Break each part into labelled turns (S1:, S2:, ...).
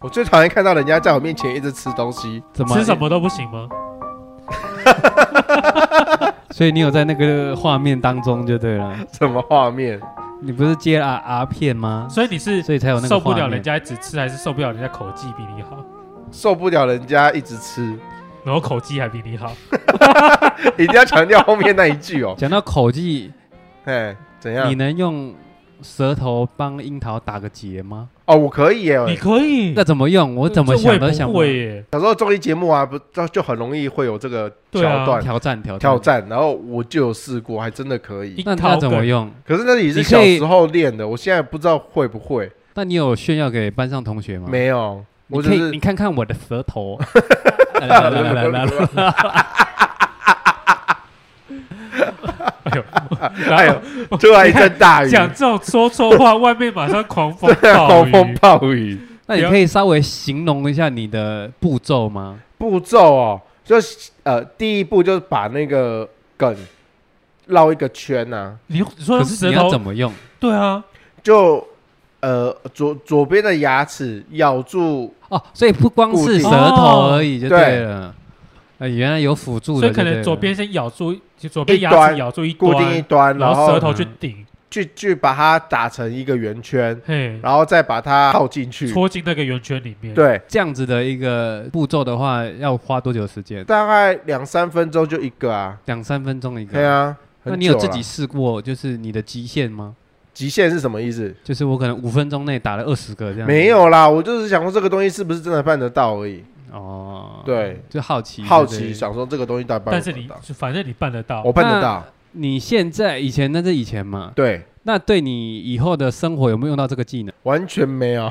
S1: 我最讨厌看到人家在我面前一直吃东西，
S2: 怎么
S3: 吃什？么都不行吗？
S2: 所以你有在那个画面当中就对了。
S1: 什么画面？
S2: 你不是接 R R 片吗？
S3: 所以你是
S2: 所以才有那个
S3: 受不
S2: 画
S3: 了
S2: 面
S3: 人家一直吃，还是受不了人家口技比你好，
S1: 受不了人家一直吃，
S3: 然后口技还比你好？
S1: 一定要强调后面那一句哦。
S2: 讲到口技，
S1: 哎，怎
S2: 你
S1: 样？
S2: 能用舌头帮樱桃打个结吗？
S1: 哦，我可以耶。
S3: 你可以，
S2: 那怎么用？我怎么
S3: 嗯这我也
S2: 想都想
S3: 不会耶？
S1: 小时候综艺节目啊，不就就很容易会有这个桥
S3: 对啊
S1: 段、
S2: 挑战挑
S1: 挑。战，然后我就有试过，还真的可以。
S2: 那
S3: 樱桃
S2: 那怎么
S3: 梗
S2: 用？
S1: 可是那也是
S2: 你
S1: 小
S2: 可以
S1: 时候练的，我现在不知道会不会。
S2: 那你有炫耀给班上同学吗？
S1: 没有，
S2: 嗯你
S1: 我
S2: 可
S1: 只
S2: 以，
S1: 是
S2: 你看看我的舌 头。来来来来 来来来，
S3: 哎呦，
S1: 哎
S3: 然后
S1: 呦，突然一阵大雨，
S3: 讲这种说错话，外面马上狂风 暴
S1: 狂
S3: 雨。
S1: 风暴雨。
S2: 那你可以稍微形容一下你的步骤吗？
S1: 步骤哦，就是呃，第一步就是把那个梗绕一个圈啊呐、
S3: 你你说
S2: 可
S3: 用
S2: 是
S3: 舌
S2: 你要
S3: 头
S2: 怎么用？
S3: 对啊，
S1: 就呃左左边的牙齿咬住，
S2: 哦，所以不光
S1: 固
S2: 是
S1: 定哦
S2: 舌头而已就
S1: 对
S2: 对了。呃，原来有辅助
S3: 所
S2: 的
S3: 以
S2: 就
S3: 可
S2: 对了，
S3: 能左边先咬住，就左边
S1: 一
S3: 牙
S1: 端
S3: 齿咬住一
S1: 固定一
S3: 端，
S1: 端，
S3: 然
S1: 然
S3: 后舌
S1: 后
S3: 头去
S2: 嗯
S3: 顶，
S1: 去去把它打成一个圆圈，
S3: 嘿，
S1: 然后再把它套进去。
S3: 戳进那个圆圈里面。，
S1: 对，啊
S2: 这样子的一个步骤的话，要花多久时间？
S1: 大概两三分钟就一个啊。
S2: 两三分钟一
S1: 对
S2: 个。
S1: 啊，
S2: 那
S1: 很
S2: 你有
S1: 久
S2: 自
S1: 了
S2: 己试过，就是你的极限吗？
S1: 极限是什么意思？
S2: 就是我可能五分钟内打了二十个这样。
S1: 没。有啦，我就是想说这个东西是不是真的办得到而已，
S2: 哦。
S1: 对，
S2: 就好奇。
S1: 好
S2: 对不
S1: 奇
S2: 对
S1: 想说这个东西到底办
S3: 但
S1: 不
S3: 是
S1: 办
S3: 你
S1: 得到？
S3: 反正你办得到
S1: 我。办得
S2: 那
S1: 到，
S2: 你现在以前那是以前嘛？
S1: 对，
S2: 那对你以后的生活有没有用到这个技能？
S1: 完全没有。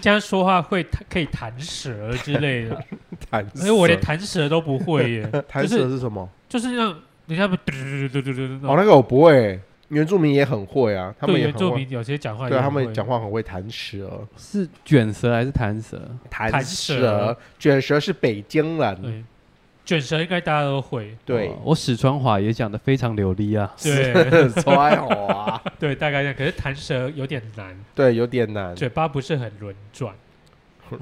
S3: 这样说话会可以弹舌之类的，
S1: 弹，
S3: 因为我连弹舌都不会耶
S1: 弹
S3: 就
S1: 舌
S3: 是
S1: 是什么？
S3: 就是让人家不嘟嘟嘟嘟嘟嘟
S1: 哦，
S3: 嘟，
S1: 那个我不会。原住民也很会啊，他们
S3: 对
S1: 也
S3: 原
S1: 很
S3: 住
S1: 会，
S3: 民有些讲话也
S1: 对
S3: 很会，
S1: 他们讲话很会弹舌，
S2: 是卷舌还是弹舌？
S1: 弹
S3: 弹
S1: 舌
S3: 舌
S1: 卷舌是北京人，
S3: 对卷舌应该大家都会，
S1: 对
S2: 哦，我史传华也讲的非常流利啊。
S3: 对
S1: 超爱好啊，
S3: 对，大概这样。可是弹舌有点难，
S1: 对，有点难，
S3: 嘴巴不是很轮转，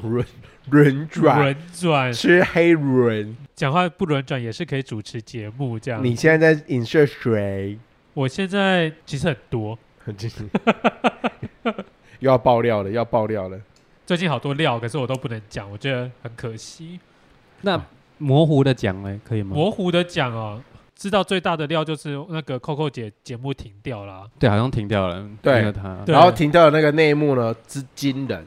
S1: 轮轮转，
S3: 轮转
S1: 吃黑轮。
S3: 讲话不轮转也是可以主持节目这样。
S1: 你现在在影射谁？
S3: 我现在其实很多，
S1: 很近又要爆料了，要爆料了。
S3: 最近好多料，可是我都不能讲，我觉得很可惜。
S2: 那模糊的讲嘞，可以
S1: 嗯
S2: 吗？
S3: 模糊的讲哦，知道最大的料就是那个 Coco 姐节目停掉啦，
S2: 对，好像停掉了。
S1: 对
S2: 没有他，
S3: 对
S1: 然后停掉的那个内幕呢，之惊人，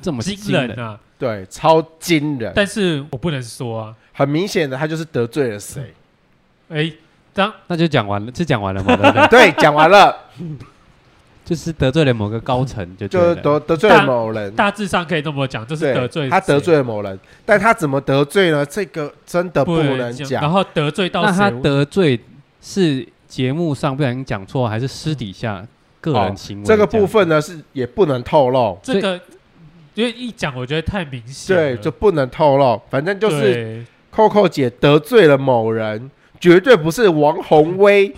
S2: 这么
S3: 惊
S2: 惊
S3: 人
S2: 人
S3: 啊！
S1: 对，超惊人。
S3: 但是我不能说啊，
S1: 很明显的，他就是得罪了谁。
S3: 哎，当
S2: 那就讲完了，是讲完了嘛？对不 对
S1: 对，讲完 了，
S2: 就是得罪了某个高层就对
S1: 就
S2: 了
S1: 得得罪了某人。
S3: 大致上可以这么讲，就是
S1: 嗯对
S3: 得罪
S1: 他
S3: 谁
S1: 得罪了某人，但他怎么得罪呢？这个真的不能
S3: 然
S1: 讲。
S3: 后得罪到
S2: 那
S3: 谁？
S2: 他得罪是节目上不小心讲错，还是私底下个人行为？
S1: 哦这个部分，呢是也不能透露，
S3: 这个，因为一讲我觉得太明显了，
S1: 对，就不能透露。反正就是
S3: 啊对
S1: Coco 姐得罪了某人，绝对不是王宏威，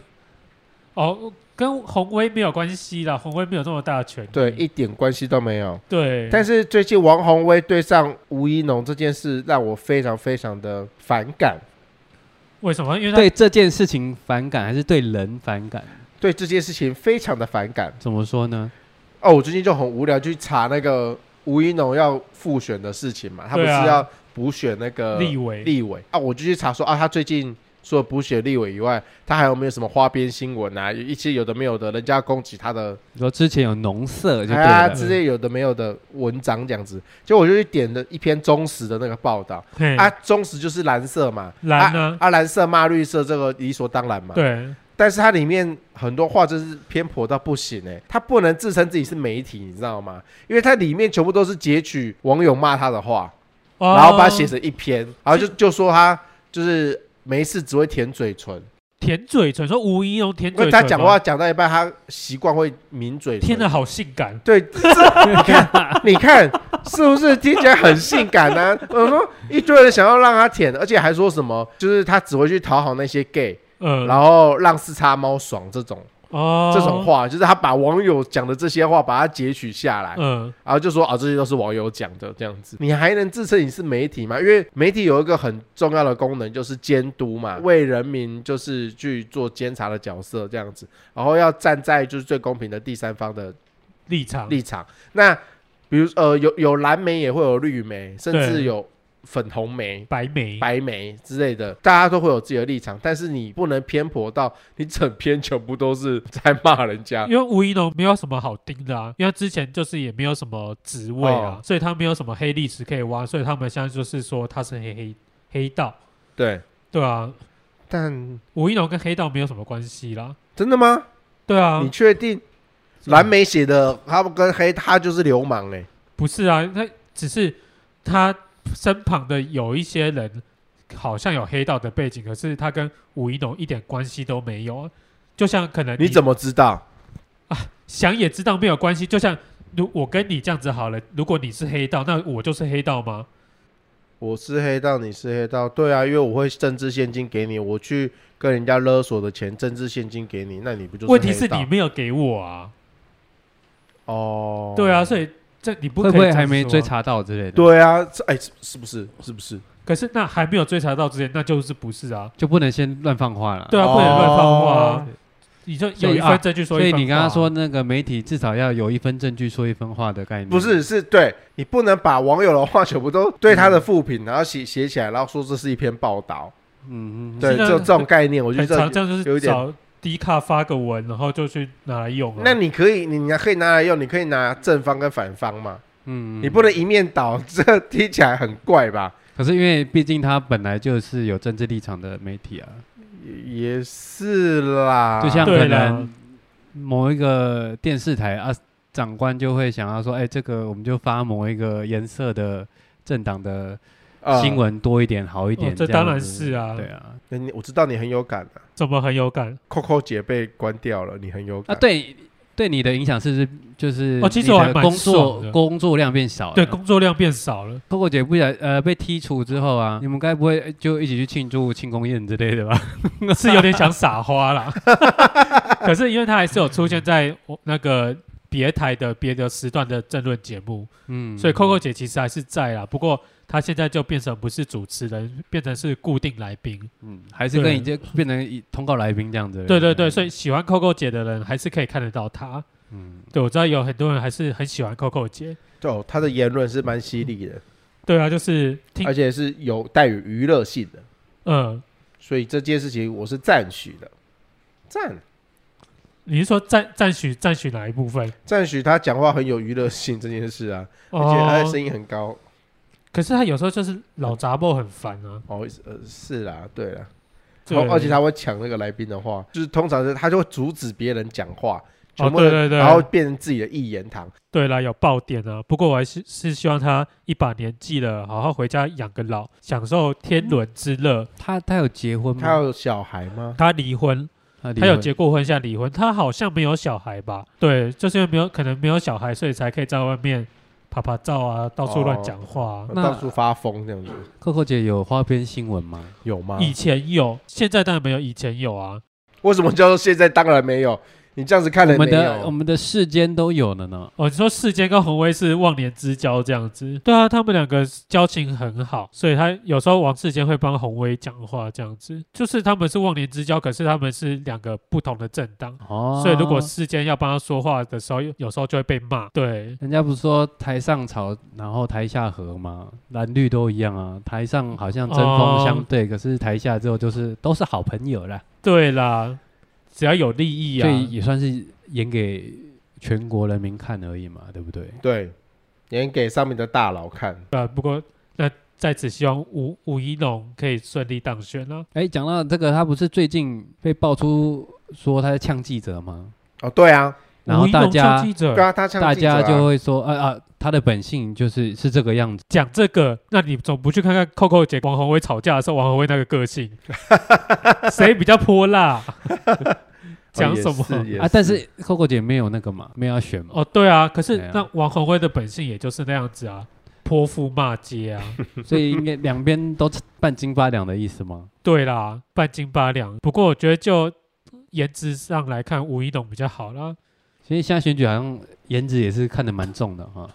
S3: 哦，跟红威没有关系啦，红威没有那么大的权利，
S1: 对，一点关系都没有。
S3: 对，
S1: 但是最近王宏威对上吴一农这件事，让我非常非常的反感。
S3: 为什么？因为他
S2: 对这件事情反感，还是对人反感？
S1: 对这件事情非常的反感
S2: 怎么说呢？
S1: 哦，我最近就很无聊，去查那个吴一农要复选的事情嘛，他不是
S3: 对啊
S1: 要补选那个
S3: 立委
S1: 立委啊，我就去查说啊，他最近除了补选立委以外，他还有没有什么花边新闻啊？有一些有的没有的，人家攻击他的，
S2: 你说之前有农舍就对
S1: 哎呀
S2: 了，
S1: 之类有的没有的文章这样子。结果我就去点了一篇中时的那个报道
S3: 嘿
S1: 啊，中时就是蓝色嘛，
S3: 蓝呢
S1: 啊，啊蓝色骂绿色，这个理所当然嘛。
S3: 对，
S1: 但是它里面很多话就是偏颇到不行哎、他不能自称自己是媒体，你知道吗？因为它里面全部都是截取网友骂他的话，
S3: 哦
S1: 然后把它写成一篇，然后就就说他就是没事只会舔嘴唇，
S3: 舔嘴唇，说吴一用舔
S1: 因
S3: 嘴
S1: 为
S3: 唇，
S1: 他讲话，讲到一半，他习惯会抿嘴唇。
S3: 天哪，好性感，
S1: 对，这 你看，你看，是不是听起来很性感呢、我说一堆人想要让他舔，而且还说什么，就是他只会去讨好那些 gay，
S3: 嗯，
S1: 然后让四叉猫爽这种。
S3: 哦，
S1: 这种，话，就是他把网友讲的这些话把它截取下来，
S3: 嗯，
S1: 然后就说啊，这些都是网友讲的这样子，你还能自称你是媒体吗？因为媒体有一个很重要的功能就是监督
S3: 嗯
S1: 嘛，为人民就是去做监察的角色这样子，然后要站在就是最公平的第三方的
S3: 立场，
S1: 立场。那比如呃，有有蓝莓也会有绿莓，甚至
S3: 对
S1: 有粉红莓。
S3: 白眉，
S1: 白莓之类的，大家都会有自己的立场，但是你不能偏颇到你整篇全部都是在骂人家
S3: 因。为吴一农没有什么好盯的啊，因为他之前就是也没有什么职位啊，
S1: 哦
S3: 所以他没有什么黑历史可以挖，所以他们现在就是说他是黑黑黑道，
S1: 对，
S3: 对啊，
S1: 但
S3: 吴一农跟黑道没有什么关系啦，
S1: 真的吗？
S3: 对啊
S1: 你，确定蓝莓写的他们跟黑他就是流氓欸嘞、
S3: 不是啊，他只是他身旁的有一些人好像有黑道的背景，可是他跟吴一农一点关系都没有啊，就像可能
S1: 你怎么知道？
S3: 想也知道没有关系，就像如我跟你这样子好了，如果你是黑道，那我就是黑道吗？
S1: 我是黑道，你是黑道，对啊，因为我会政治现金给你，我去跟人家勒索的钱，政治现金给你，那你不就是
S3: 问题是
S1: 黑道
S3: 你没有给我啊，
S1: 哦？
S3: 对啊，所以这你不
S2: 会
S3: 可以
S2: 不会
S3: 这样
S2: 还没
S3: 说啊
S2: 追？查到之类的？，
S1: 对啊，这哎、是是不是？是不是？
S3: 可是那还没有追查到之前，那就是不是啊？
S2: 就不能先乱放话了。
S3: 对啊，
S1: 哦
S3: 不能乱放话啊！你就
S2: 所
S3: 有
S2: 以
S3: 一
S2: 啊
S3: 分证据说
S2: 所
S3: 一分
S2: 以
S3: 话啊
S2: 你刚刚说那个媒体至少要有一分证据说一分话的概念，
S1: 不是，是对你不能把网友的话全部都对
S3: 嗯
S1: 他的负评，然后写写起来，然后说这是一篇报道。
S2: 嗯，嗯，嗯
S1: 对，
S3: 是那
S1: 就这种概念，我觉
S3: 很
S1: 得
S3: 常这
S1: 这。
S3: 样，就
S1: 有
S3: 是
S1: 一点
S3: 找低卡发个文，然后就去拿来用啊。
S1: 那你可以，你你可以拿来用，你可以拿正方跟反方嘛，
S2: 嗯，嗯
S1: 你不能。一面倒，这听起来很怪吧？
S2: 可是因为毕竟他本来就是有政治立场的媒体啊，
S1: 也是啦，
S2: 就像
S3: 对
S2: 可
S3: 啦
S2: 能，某一个电视台啊，长官就会想要说，哎，这个我们就发某一个颜色的政党的
S1: 呃
S2: 新。闻多一点，好一点
S3: 哦。这
S2: 样
S3: 当然
S2: 子
S3: 是啊
S2: 对啊，
S1: 那你我知道你很有感啊
S3: 怎么很有感？
S1: ，Coco 姐被关掉了，你很有
S2: 啊，
S1: 感。
S2: 对，对你的影响是不是就是
S3: 哦其实
S2: 你
S3: 我
S2: 的
S3: 还蛮
S2: 工
S3: 爽
S2: 作
S3: 的
S2: 工作量变少了。
S3: 对，工作量变少 了。
S2: 透过姐不然呃被剔除之后啊，你们该不会就一起去庆祝庆功宴之类的吧？
S3: 是有点想撒花啦。 可是因为他还是有出现在我那个别台的别的时段的政论节目，
S2: 嗯，
S3: 所以 Coco 姐其实还是在啦。不过她现在就变成不是主持人，变成是固定来宾。
S2: 嗯还是跟你这变成一通告来宾这样子。
S3: 对对对，所以喜欢 Coco 姐的人还是可以看得到她。
S2: 嗯，
S3: 对，我知道有很多人还是很喜欢 Coco 姐。
S1: 对哦，他的言论是蛮犀利的，
S3: 对啊，就是听
S1: 而，且是有带有娱乐性的，
S3: 嗯，
S1: 所以这件事情我是赞许的，赞
S3: 你是说赞赞许赞许哪一部分？
S1: 赞许他讲话很有娱乐性这件事啊，而且他的
S3: 哦，
S1: 声音很高。
S3: 可是他有时候就是老杂货很烦啊。
S1: 哦，呃，是啦，对啦，
S3: 对
S1: 然后而且他会抢那个来宾的话，就是通常是他就会阻止别人讲话，全
S3: 哦，
S1: 部
S3: 对
S1: 人
S3: 对对，
S1: 然后变成自己的一言堂。
S3: 对啦，有爆点啊。不过我还是是希望他一把年纪了，好好回家养个老，享受天伦之乐。
S2: 他他有结婚吗？
S1: 他有小孩吗？
S3: 他离婚，
S2: 他离
S3: 他有
S2: 婚
S3: 结过婚，现在离婚。他好像没有小孩吧？对，就是因为没有，可能没有小孩，所以才可以在外面拍拍照
S2: 哦
S3: 啊，到处乱讲话啊、
S2: 那
S1: 到处发疯这样子，
S2: Coco 姐有花边新闻吗？
S1: 有吗？
S3: 以前有，现在当然没有，以前有啊。
S1: 为什么叫做现在当然没有？你这样子看
S2: 我
S1: 人没
S2: 们的我
S1: 有？
S2: 们的世间都有了呢。
S3: 哦，你说世间跟红威是忘年之交这样子？对啊，他们两个交情很好，所以他有时候王世坚会帮红威讲话这样子。就是他们是忘年之交，可是他们是两个不同的政党，
S2: 哦，
S3: 所以如果世坚要帮他说话的时候，有时候就会被骂。对，
S2: 人家不是说台上吵，然后台下和吗？蓝绿都一样啊，台上好像针锋相
S3: 哦
S2: 对，可是台下之后就是都是好朋友啦，
S3: 对啦，只要有利益啊
S2: 所，以也算是演给全国人民看而已嘛，对不对？
S1: 对，演给上面的大佬看。
S3: 对啊。不过那在此希望吴吴一农可以顺利当选啊。
S2: 哎，讲到这个，他不是最近被爆出说他在呛记者吗？
S1: 哦，对啊，
S2: 然后
S3: 吴一农
S2: 大家
S3: 呛记
S1: 对
S3: 者
S1: 啊，他像
S2: 大
S1: 记者啊
S2: 家就会说，啊啊，他的本性就是是这个样子。
S3: 讲这个，那你总不去看看 Coco 姐、王宏威吵架的时候，王宏威那个个性， 谁比较泼辣？讲什么
S1: 哦也是也
S2: 啊，但是 Coco 姐没有那个嘛，没有要选嘛，
S3: 哦，对啊，可是
S2: 对啊
S3: 那王宏威的本性也就是那样子啊，泼妇骂街啊。
S2: 所以应该两边都半斤八两的意思吗？
S3: 对啦，半斤八两。不过我觉得就颜值上来看，吴一农比较好啦。
S2: 其实现在选举好像颜值也是看得蛮重的哈。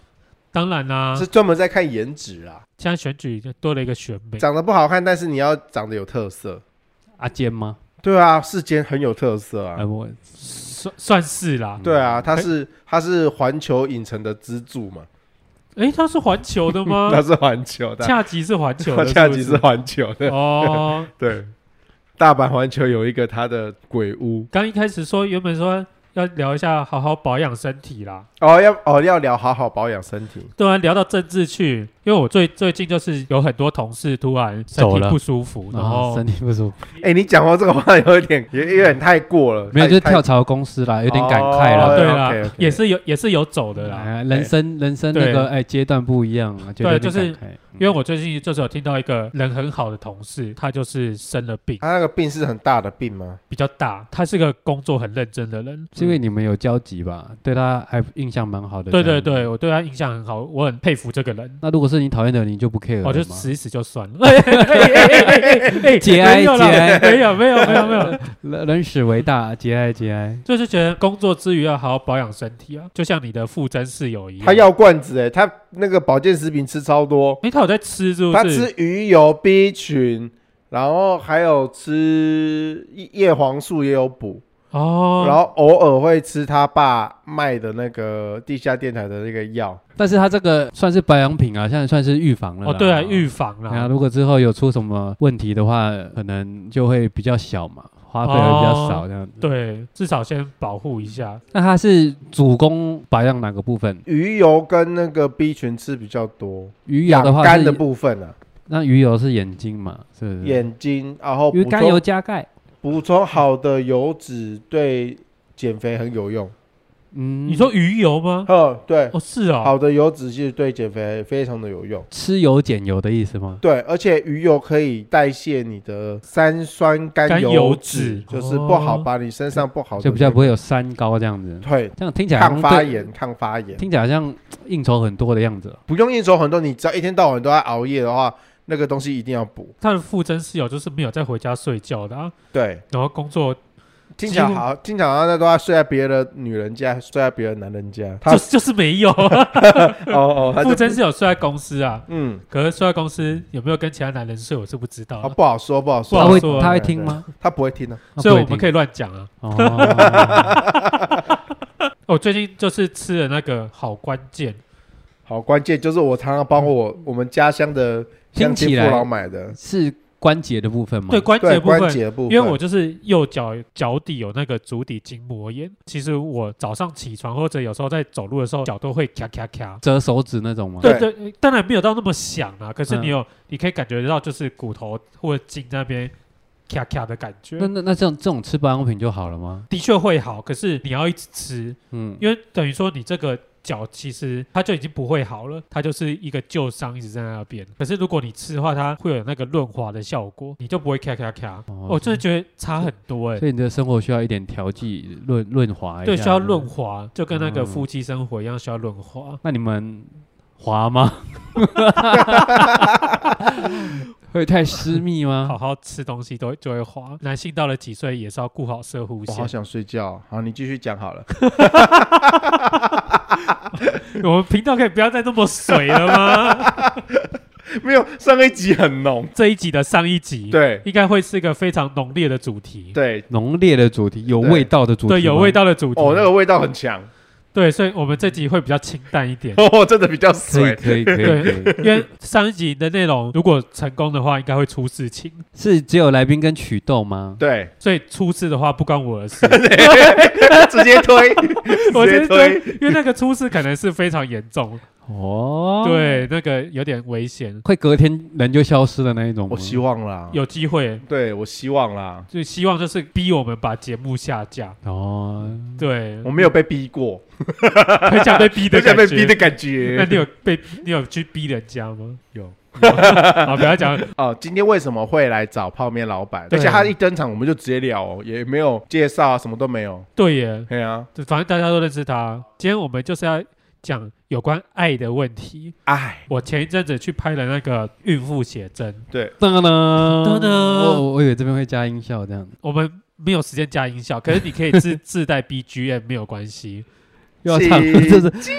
S3: 当然啦、
S1: 是专门在看颜值啦，
S3: 现在选举就多了一个选美，
S1: 长得不好看，但是你要长得有特色。
S2: 阿坚吗？
S1: 对啊，世间很有特色
S2: 哎、
S1: 啊。
S2: 我
S3: 算算是啦。
S1: 对啊，他是他是环球影城的支柱嘛，
S3: 诶，他是环球 的吗？
S1: 他是环球的，
S3: 恰吉是环球
S1: 他
S3: 哦的，
S1: 恰
S3: 不
S1: 吉是环球的，
S3: 哦。
S1: 对。大阪环球有一个他的鬼屋
S3: 刚一开始说原本说要聊一下好好保养身体啦，
S1: 哦，要哦要聊好好保养身体，
S3: 突然聊到政治去，因为我最最近就是有很多同事突然身
S2: 走
S3: 体
S2: 了
S3: 不舒服，然
S2: 啊
S3: 后
S2: 身体不舒服，
S1: 哎、你讲完这个话有一点，有有点太过了。
S2: 没有
S1: 太
S2: 就
S1: 太
S2: 跳槽公司啦，有点感慨
S1: 哦
S2: 啦。
S3: 对啦
S1: OK，OK 嗯
S3: 也是有也是有走的啦。
S2: 哎人生人生那个哎阶段不一样啊，
S3: 对
S2: 有
S3: 就
S2: 点
S3: 是
S2: 感慨嗯
S3: 因为我最近就是有听到一个人很好的同事，他就是生了病，
S1: 他那个病是很大的病吗？
S3: 比较大。他是个工作很认真的人，
S2: 是因为你们有交集吧，对他还印象蛮好的。
S3: 对
S2: 这
S3: 对
S2: 样
S3: 对，我对他印象很好，我很佩服这个人。
S2: 那如果是你讨厌的，你就不 care 了
S3: 哦我就
S2: 吗
S3: 死一死就算 了。哎哎哎哎哎哎
S2: 节哀
S3: 没有啦
S2: 节哀
S3: 没有没有没有没有，
S2: 人 人死为大，节哀节哀。
S3: 就是觉得工作之余要好好保养身体啊，就像你的傅真室友一样。
S1: 他药罐子哎、他那个保健食品吃超多，
S3: 哎，他有在吃是不
S1: 他
S3: 是？
S1: 吃鱼油、B 群，然后还有吃叶叶黄素也有补，
S3: 哦，
S1: 然后偶尔会吃他爸卖的那个地下电台的那个药。
S2: 但是它这个算是保养品啊，现在算是预防了啦。
S3: 哦对啊，预防
S2: 对啊，
S3: 啦。
S2: 如果之后有出什么问题的话，可能就会比较小嘛，花费会比较少这样子。
S3: 哦对，至少先保护一下。
S2: 那它是主攻保养哪个部分？
S1: 鱼油跟那个 B 群吃比较多，
S2: 鱼油
S1: 养
S2: 的话
S1: 肝
S2: 是
S1: 的部分啊，
S2: 那鱼油是眼睛嘛，是不是？嗯
S1: 眼睛，然后
S2: 鱼
S1: 补
S2: 肝油
S1: 充
S2: 加钙。
S1: 补充好的油脂对减肥很有用。
S2: 嗯，
S3: 你说鱼油吗？
S1: 呵，对，
S3: 哦，是哦。
S1: 好的油脂其实对减肥非常的有用。
S2: 吃油减油的意思吗？
S1: 对，而且鱼油可以代谢你的三酸甘
S3: 甘油
S1: 油
S3: 脂
S1: 就是不好
S3: 哦
S1: 把你身上不好的
S2: 就比较
S1: 那
S2: 不会有三高这样子
S1: 个。对
S2: 这样听起来好
S1: 抗
S2: 像
S1: 发
S2: 对，
S1: 炎、抗发炎，
S2: 听起来好像应酬很多的样子。
S1: 不用应酬很多，你只要一天到晚都在熬夜的话，那个东西一定要补。
S3: 他的傅真室友就是没有在回家睡觉的啊，
S1: 对，
S3: 然后工作
S1: 听起来
S3: 几乎
S1: 好，听起来好像那都要睡在别的女人家，睡在别的男人家。他
S3: 就 就是没有。
S1: 哦哦，他
S3: 傅
S1: 就
S3: 真室友睡在公司啊，
S1: 嗯，
S3: 可是睡在公司有没有跟其他男人睡，我是不知道啊
S1: 好
S3: 的，
S1: 不好说，不好
S3: 不
S2: 他
S1: 说，
S3: 好
S2: 会
S3: 说啊
S2: 他会
S1: 对
S2: 听
S1: 对
S2: 吗？
S1: 他不会听的。
S2: 他
S3: 所以
S2: 不会
S3: 我们
S2: 听
S3: 可以乱讲啊。
S2: 哦，
S3: 我哦最近就是吃了那个好关键，
S1: 好，关键就是我常常帮我我们家乡的乡
S2: 听起
S1: 亲父
S2: 来
S1: 老买的，
S2: 是关节的部分吗？
S3: 对关节
S1: 对
S3: 部分
S1: 关。节部分，
S3: 因为我就是右脚脚底有那个足底筋膜炎，其实我早上起床或者有时候在走路的时候，脚都会咔咔咔。
S2: 折手指那种吗？
S1: 哦对
S3: 对对，当然没有到那么响啊，可是
S2: 嗯
S3: 你有，你可以感觉到就是骨头或者筋那边咔咔的感觉
S2: 那。那那这种这种吃保养品就好了吗？
S3: 的确会好，可是你要一直吃，
S2: 嗯，
S3: 因为等于说你这个脚其实它就已经不会好了，它就是一个旧伤一直在那边。可是如果你吃的话，它会有那个润滑的效果，你就不会咔咔咔。
S2: 哦
S3: 我真的觉得差很多哎、
S2: 所以你的生活需要一点调剂，润润滑一下。
S3: 对，需要
S2: 是不是
S3: 润。滑，就跟那个
S2: 嗯
S3: 夫妻生活一样，需要润滑。
S2: 那你们滑 吗？会太私密
S3: 好
S2: 吗？
S3: 好吃东西都就会滑。男性到了几岁也是要顾好射护
S1: 我好
S3: 线。
S1: 想睡觉。好，你继续讲好了。
S3: 我们频道可以不要再那么水了吗？
S1: 没有，上一集很浓。
S3: 这一集的上一集，，
S1: 对
S3: 应该会是一个非常浓烈的主题，
S1: 对，
S2: 浓烈的主题，有味道的主题，
S3: 对，有味，道的主题。
S1: 哦，那个味道很强，，
S3: 对，所以我们这集会比较清淡一 点
S1: 哦，真的比较
S2: 可以
S1: 水。
S2: 可以可以
S3: 对
S2: 可以，
S3: 因为上一集的内容如果成功的话，应该会出事情。
S2: 是只有来宾跟曲豆吗？
S1: 对，
S3: 所以出事的话不关我的事，
S1: 直接推，
S3: 我
S1: 直接
S3: 觉得
S1: 推。
S3: 因为那个出事可能是非常严重，
S2: 哦，，
S3: 对，那个有点危险，
S2: 会隔天人就消失的那一种吗。
S1: 我希望啦，
S3: 有机会
S1: 对我希望啦，
S3: 就希望就是逼我们把节目下架，
S2: 哦，
S3: 对，
S1: 我没有被逼过，
S3: 很想被逼的
S1: 而且
S3: 感
S1: 被
S3: 觉，
S1: 逼的感
S3: 那
S1: 觉
S3: 你。有被你有去逼人家吗？
S1: 有
S3: 啊，不要讲，
S1: 哦，今天为什么会来找泡面老板？而
S3: 对
S1: 且他一登场，我们就直接聊哦，也没有介绍啊，什么都没有。
S3: 对耶，
S1: 对啊，
S3: 就反正大家都认识他。今天我们就是要讲有关爱的问题。
S1: 哎，
S3: 我前一阵子去拍了那个孕妇写真，
S2: 噔噔
S3: 噔噔
S2: 我我以为这边会加音效这样。
S3: 我们没有时间加音效，可是你可以自 自带 BGM 没有关系。
S2: 又要唱，就是
S1: 记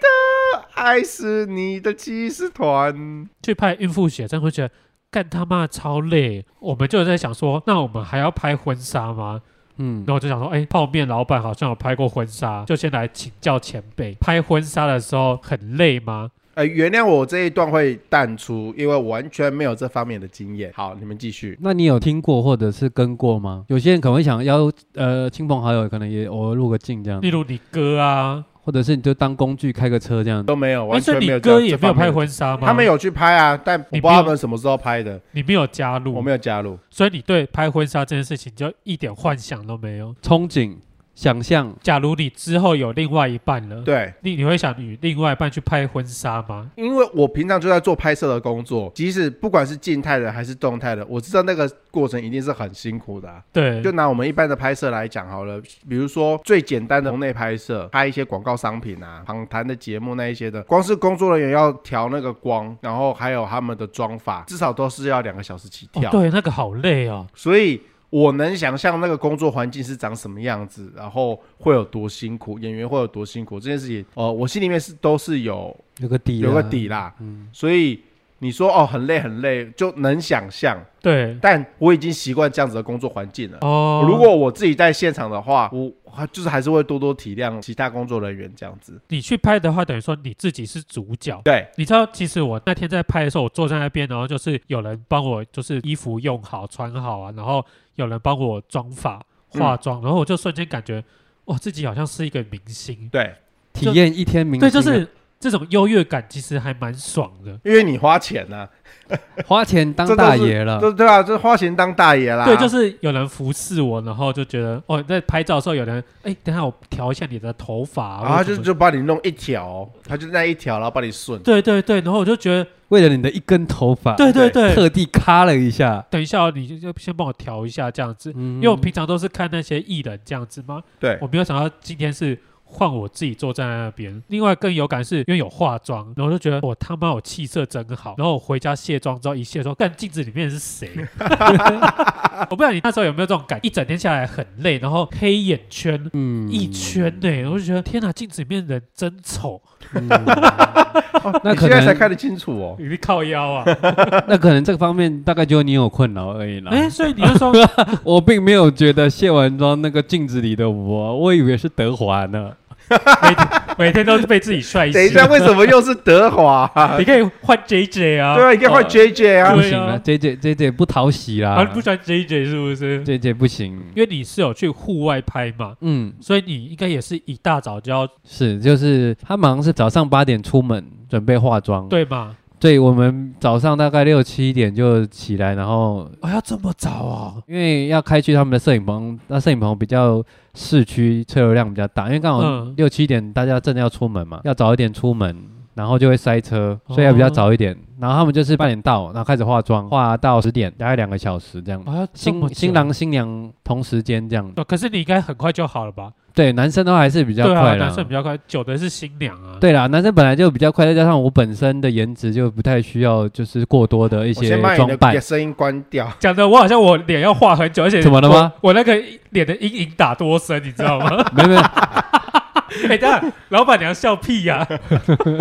S1: 得爱是你的骑士团。
S3: 去拍孕妇写真会觉得干他妈超累，我们就在想说，那我们还要拍婚纱吗？
S2: 嗯
S3: 然，后我就想说，哎、泡面老板好像有拍过婚纱，就先来请教前辈，拍婚纱的时候很累吗？
S1: 呃，原谅我这一段会淡出，因为我完全没有这方面的经验。好，你们继续。
S2: 那你有听过或者是跟过吗？有些人可能会想要，呃，亲朋好友可能也偶尔入个镜这样
S3: 例，如你哥啊，
S2: 或者是你就当工具开个车这样。
S1: 都没有，
S3: 哎
S1: 完
S3: 所
S1: 全没
S3: 以你
S1: 有
S3: 哥
S1: 这。
S3: 也
S1: 这
S3: 没
S1: 方
S3: 有拍
S1: 面的，
S3: 婚纱吗？
S1: 他们，有去拍啊，但我不
S3: 你
S1: 知
S3: 没
S1: 道
S3: 有
S1: 他们什么时候拍的，
S3: 你没有加入，
S1: 我没有加入。
S3: 所以你对拍婚纱这件事情就一点幻想都没有。
S2: 憧憬、想象，
S3: 假如你之后有另外一半了，
S1: 对，
S3: 你你会想与另外一半去拍婚纱吗？
S1: 因为我平常就在做拍摄的工作，即使不管是静态的还是动态的，我知道那个过程一定是很辛苦的啊、
S3: 对，哦
S1: 就拿我们一般的拍摄来讲好了，比如说最简单的棚内拍摄，拍一些广告商品啊、访谈的节目那一些的，光是工作人员要调那个光，然后还有他们的妆法，至少都是要两个小时起
S3: 哦
S1: 跳。，
S3: 对，那个好累哦。
S1: 所以我能想象那个工作环境是长什么样子，然后会有多辛苦，演员会有多辛苦，这件事情，呃，我心里面是都是有
S2: 有个底，啊
S3: 啊
S1: 有个底。啦，
S2: 嗯，
S1: 所以。你说哦，很累很累，就能想象，
S3: 对，
S1: 但我已经习惯这样子的工作环境了。
S3: 哦，
S1: 如果我自己在现场的话，我还就是还是会多多体谅其他工作人员这样子。
S3: 你去拍的话，等于说你自己是主角。
S1: 对，
S3: 你知道，其实我那天在拍的时候，我坐在那边，然后就是有人帮我，就是衣服用好、穿好啊，然后有人帮我妆发、化
S1: 嗯
S3: 妆，然后我就瞬间感觉，哇，自己好像是一个明星。
S1: 对，
S2: 体验一天明星啊的，
S3: 对，就是这种优越感，其实还蛮爽的。
S1: 因为你花钱呐、
S2: 花钱当
S1: 这都是
S2: 大爷了。
S1: 对对啊，这花钱当大爷啦。
S3: 对，就是有人服侍我，然后就觉得哦，在拍照的时候有人，哎，等一下我调一下你的头发啊，
S1: 然后
S3: 或
S1: 他
S3: 者
S1: 就
S3: 什么
S1: 就把你弄一条，他就那一条，然后把你顺。
S3: 对对对，然后我就觉得，
S2: 为了你的一根头发，
S3: 对对
S1: 对
S3: 对，
S2: 特地咔了一下。
S3: 等一下哦、你就就先帮我调一下这样子，
S2: 嗯
S3: 因为我平常都是看那些艺人这样子嘛，
S1: 对
S3: 我没有想到今天是换我自己坐在那边。另外更有感是因为有化妆，然后就觉得我他妈我气色真好。然后我回家卸妆之后一卸妆，看镜子里面是谁？ 我不知道你那时候有没有这种感，一整天下来很累，然后黑眼圈。
S2: 嗯
S3: 一圈呢、我就觉得天哪，镜子里面人真丑，
S2: 嗯
S1: 哦
S2: 那
S1: 你
S2: 可
S1: 现在才
S2: 能
S1: 看得清楚 哦。
S3: 你靠腰啊！
S2: 那可能这个方面大概就你有困扰而已啦。
S3: 哎、所以 你就说，
S2: 我并没有觉得卸完妆那个镜子里的我，我以为是德华呢。
S3: 每天都是被自己帅
S1: 等一
S3: 醒，
S1: 下，为什么又是德华、
S2: 啊
S3: 你可以换 JJ 啊，
S1: 对啊，你 可以换
S2: 呃
S1: JJ 啊
S3: 对。
S2: 不行了，J J J J 不讨喜啦
S3: 啊，你不喜欢 JJ 是不是？
S2: ，J J 不行。
S3: 因为你是有去户外拍嘛，
S2: 嗯，
S3: 所以你应该也是一大早就要
S2: 是，就是他们好像是早上八点出门准备化妆，，
S3: 对嘛？
S2: 对我们早上大概六七点就起来，然后
S3: 哦，要这么早啊？
S2: 因为要开去他们的摄影棚，那摄影棚比较市区车流量比较大，因为刚好
S3: 嗯，
S2: 六七点大家正要出门嘛，要早一点出门，然后就会塞车，
S3: 哦
S2: 所以要比较早一点。然后他们就是八点到，然后开始化妆，化到十点，大概两个小时这样。
S3: 啊，要这
S2: 新
S3: 么久
S2: 新郎新娘同时间这样，
S3: 哦，可是你应该很快就好了吧？
S2: 对，男生都还是比较
S3: 对啊，
S2: 快
S3: 男
S2: 啦。
S3: 生比较快，久的是新娘啊。，
S2: 对啦，男生本来就比较快，再加上我本身的颜值就不太需要，就是过多的一
S3: 哦
S1: 我
S2: 些
S1: 先把
S2: 装
S1: 你
S2: 扮
S1: 的。声音关掉。
S3: 讲的我好像我脸要画很久，而且
S2: 怎么了吗
S3: 我？我那个脸的阴影打多深，你知道吗？
S2: 没有没有，
S3: 哎，等一下老板娘笑屁呀！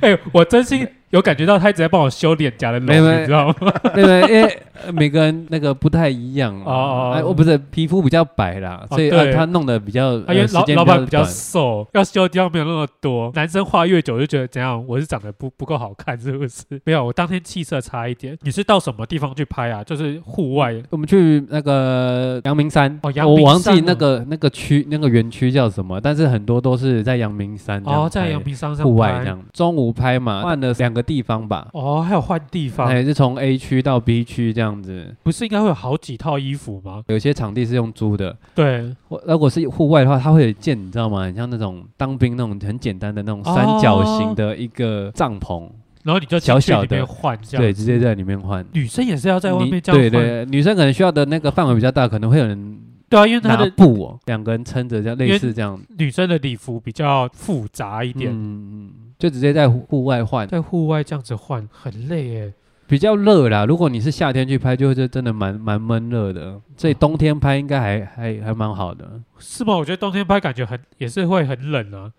S3: 哎，我真心有感觉到她一直在帮我修脸颊的
S2: 没有没有
S3: 容，你知道吗？
S2: 对对，因为呃每个人那个不太一样
S3: 哦哦
S2: 啊。哎，我不是皮肤比较白啦，
S3: 哦
S2: 所以啊
S3: 对
S2: 他弄的比较
S3: 啊，因为
S2: 呃时
S3: 老
S2: 间
S3: 老板比较
S2: 短
S3: 瘦，要修的地方没有那么多。男生画越久就觉得怎样，我是长得不不够好看，是不是？没有，我当天气色差一点。你是到什么地方去拍啊？就是户外
S2: 我们去那个阳明山，
S3: 哦阳
S2: 我
S3: 明
S2: 忘
S3: 山
S2: 记
S3: 哦
S2: 那个那个区那个园区叫什么，但是很多都是在阳明山这样
S3: 哦，在
S2: 拍
S3: 阳明山上
S2: 户外
S3: 拍
S2: 这样，中午拍嘛，换了两个地方吧，
S3: 哦，还有换地方，
S2: 哎，是从 A 区到 B 区这样子，
S3: 不是应该会有好几套衣服吗？
S2: 有些场地是用租的。
S3: 对，
S2: 我如果是户外的话，它会有一件你知道吗？很像那种当兵那种很简单的那
S3: 哦
S2: 种三角形的一个帐篷，
S3: 然后你就
S2: 小
S3: 进去
S2: 小
S3: 里面
S2: 的
S3: 换这样。
S2: 对，直接在里面换。
S3: 女生也是要在外
S2: 你
S3: 面这样
S2: 对
S3: 换，
S2: 对，女生可能需要的那个范围比较大，可能会有人
S3: 对啊，因为她
S2: 拿
S3: 的
S2: 布、哦，两个人撑着这样，类似这样
S3: 女生的礼服比较复
S2: 嗯
S3: 杂一点，
S2: 嗯，就直接在户外换。
S3: 在户外这样子换很累耶。
S2: 比较热啦。如果你是夏天去拍，就会是真的蛮蛮闷热的。所以冬天拍应该还还还蛮好的，
S3: 是吗？我觉得冬天拍感觉很也是会很冷啊。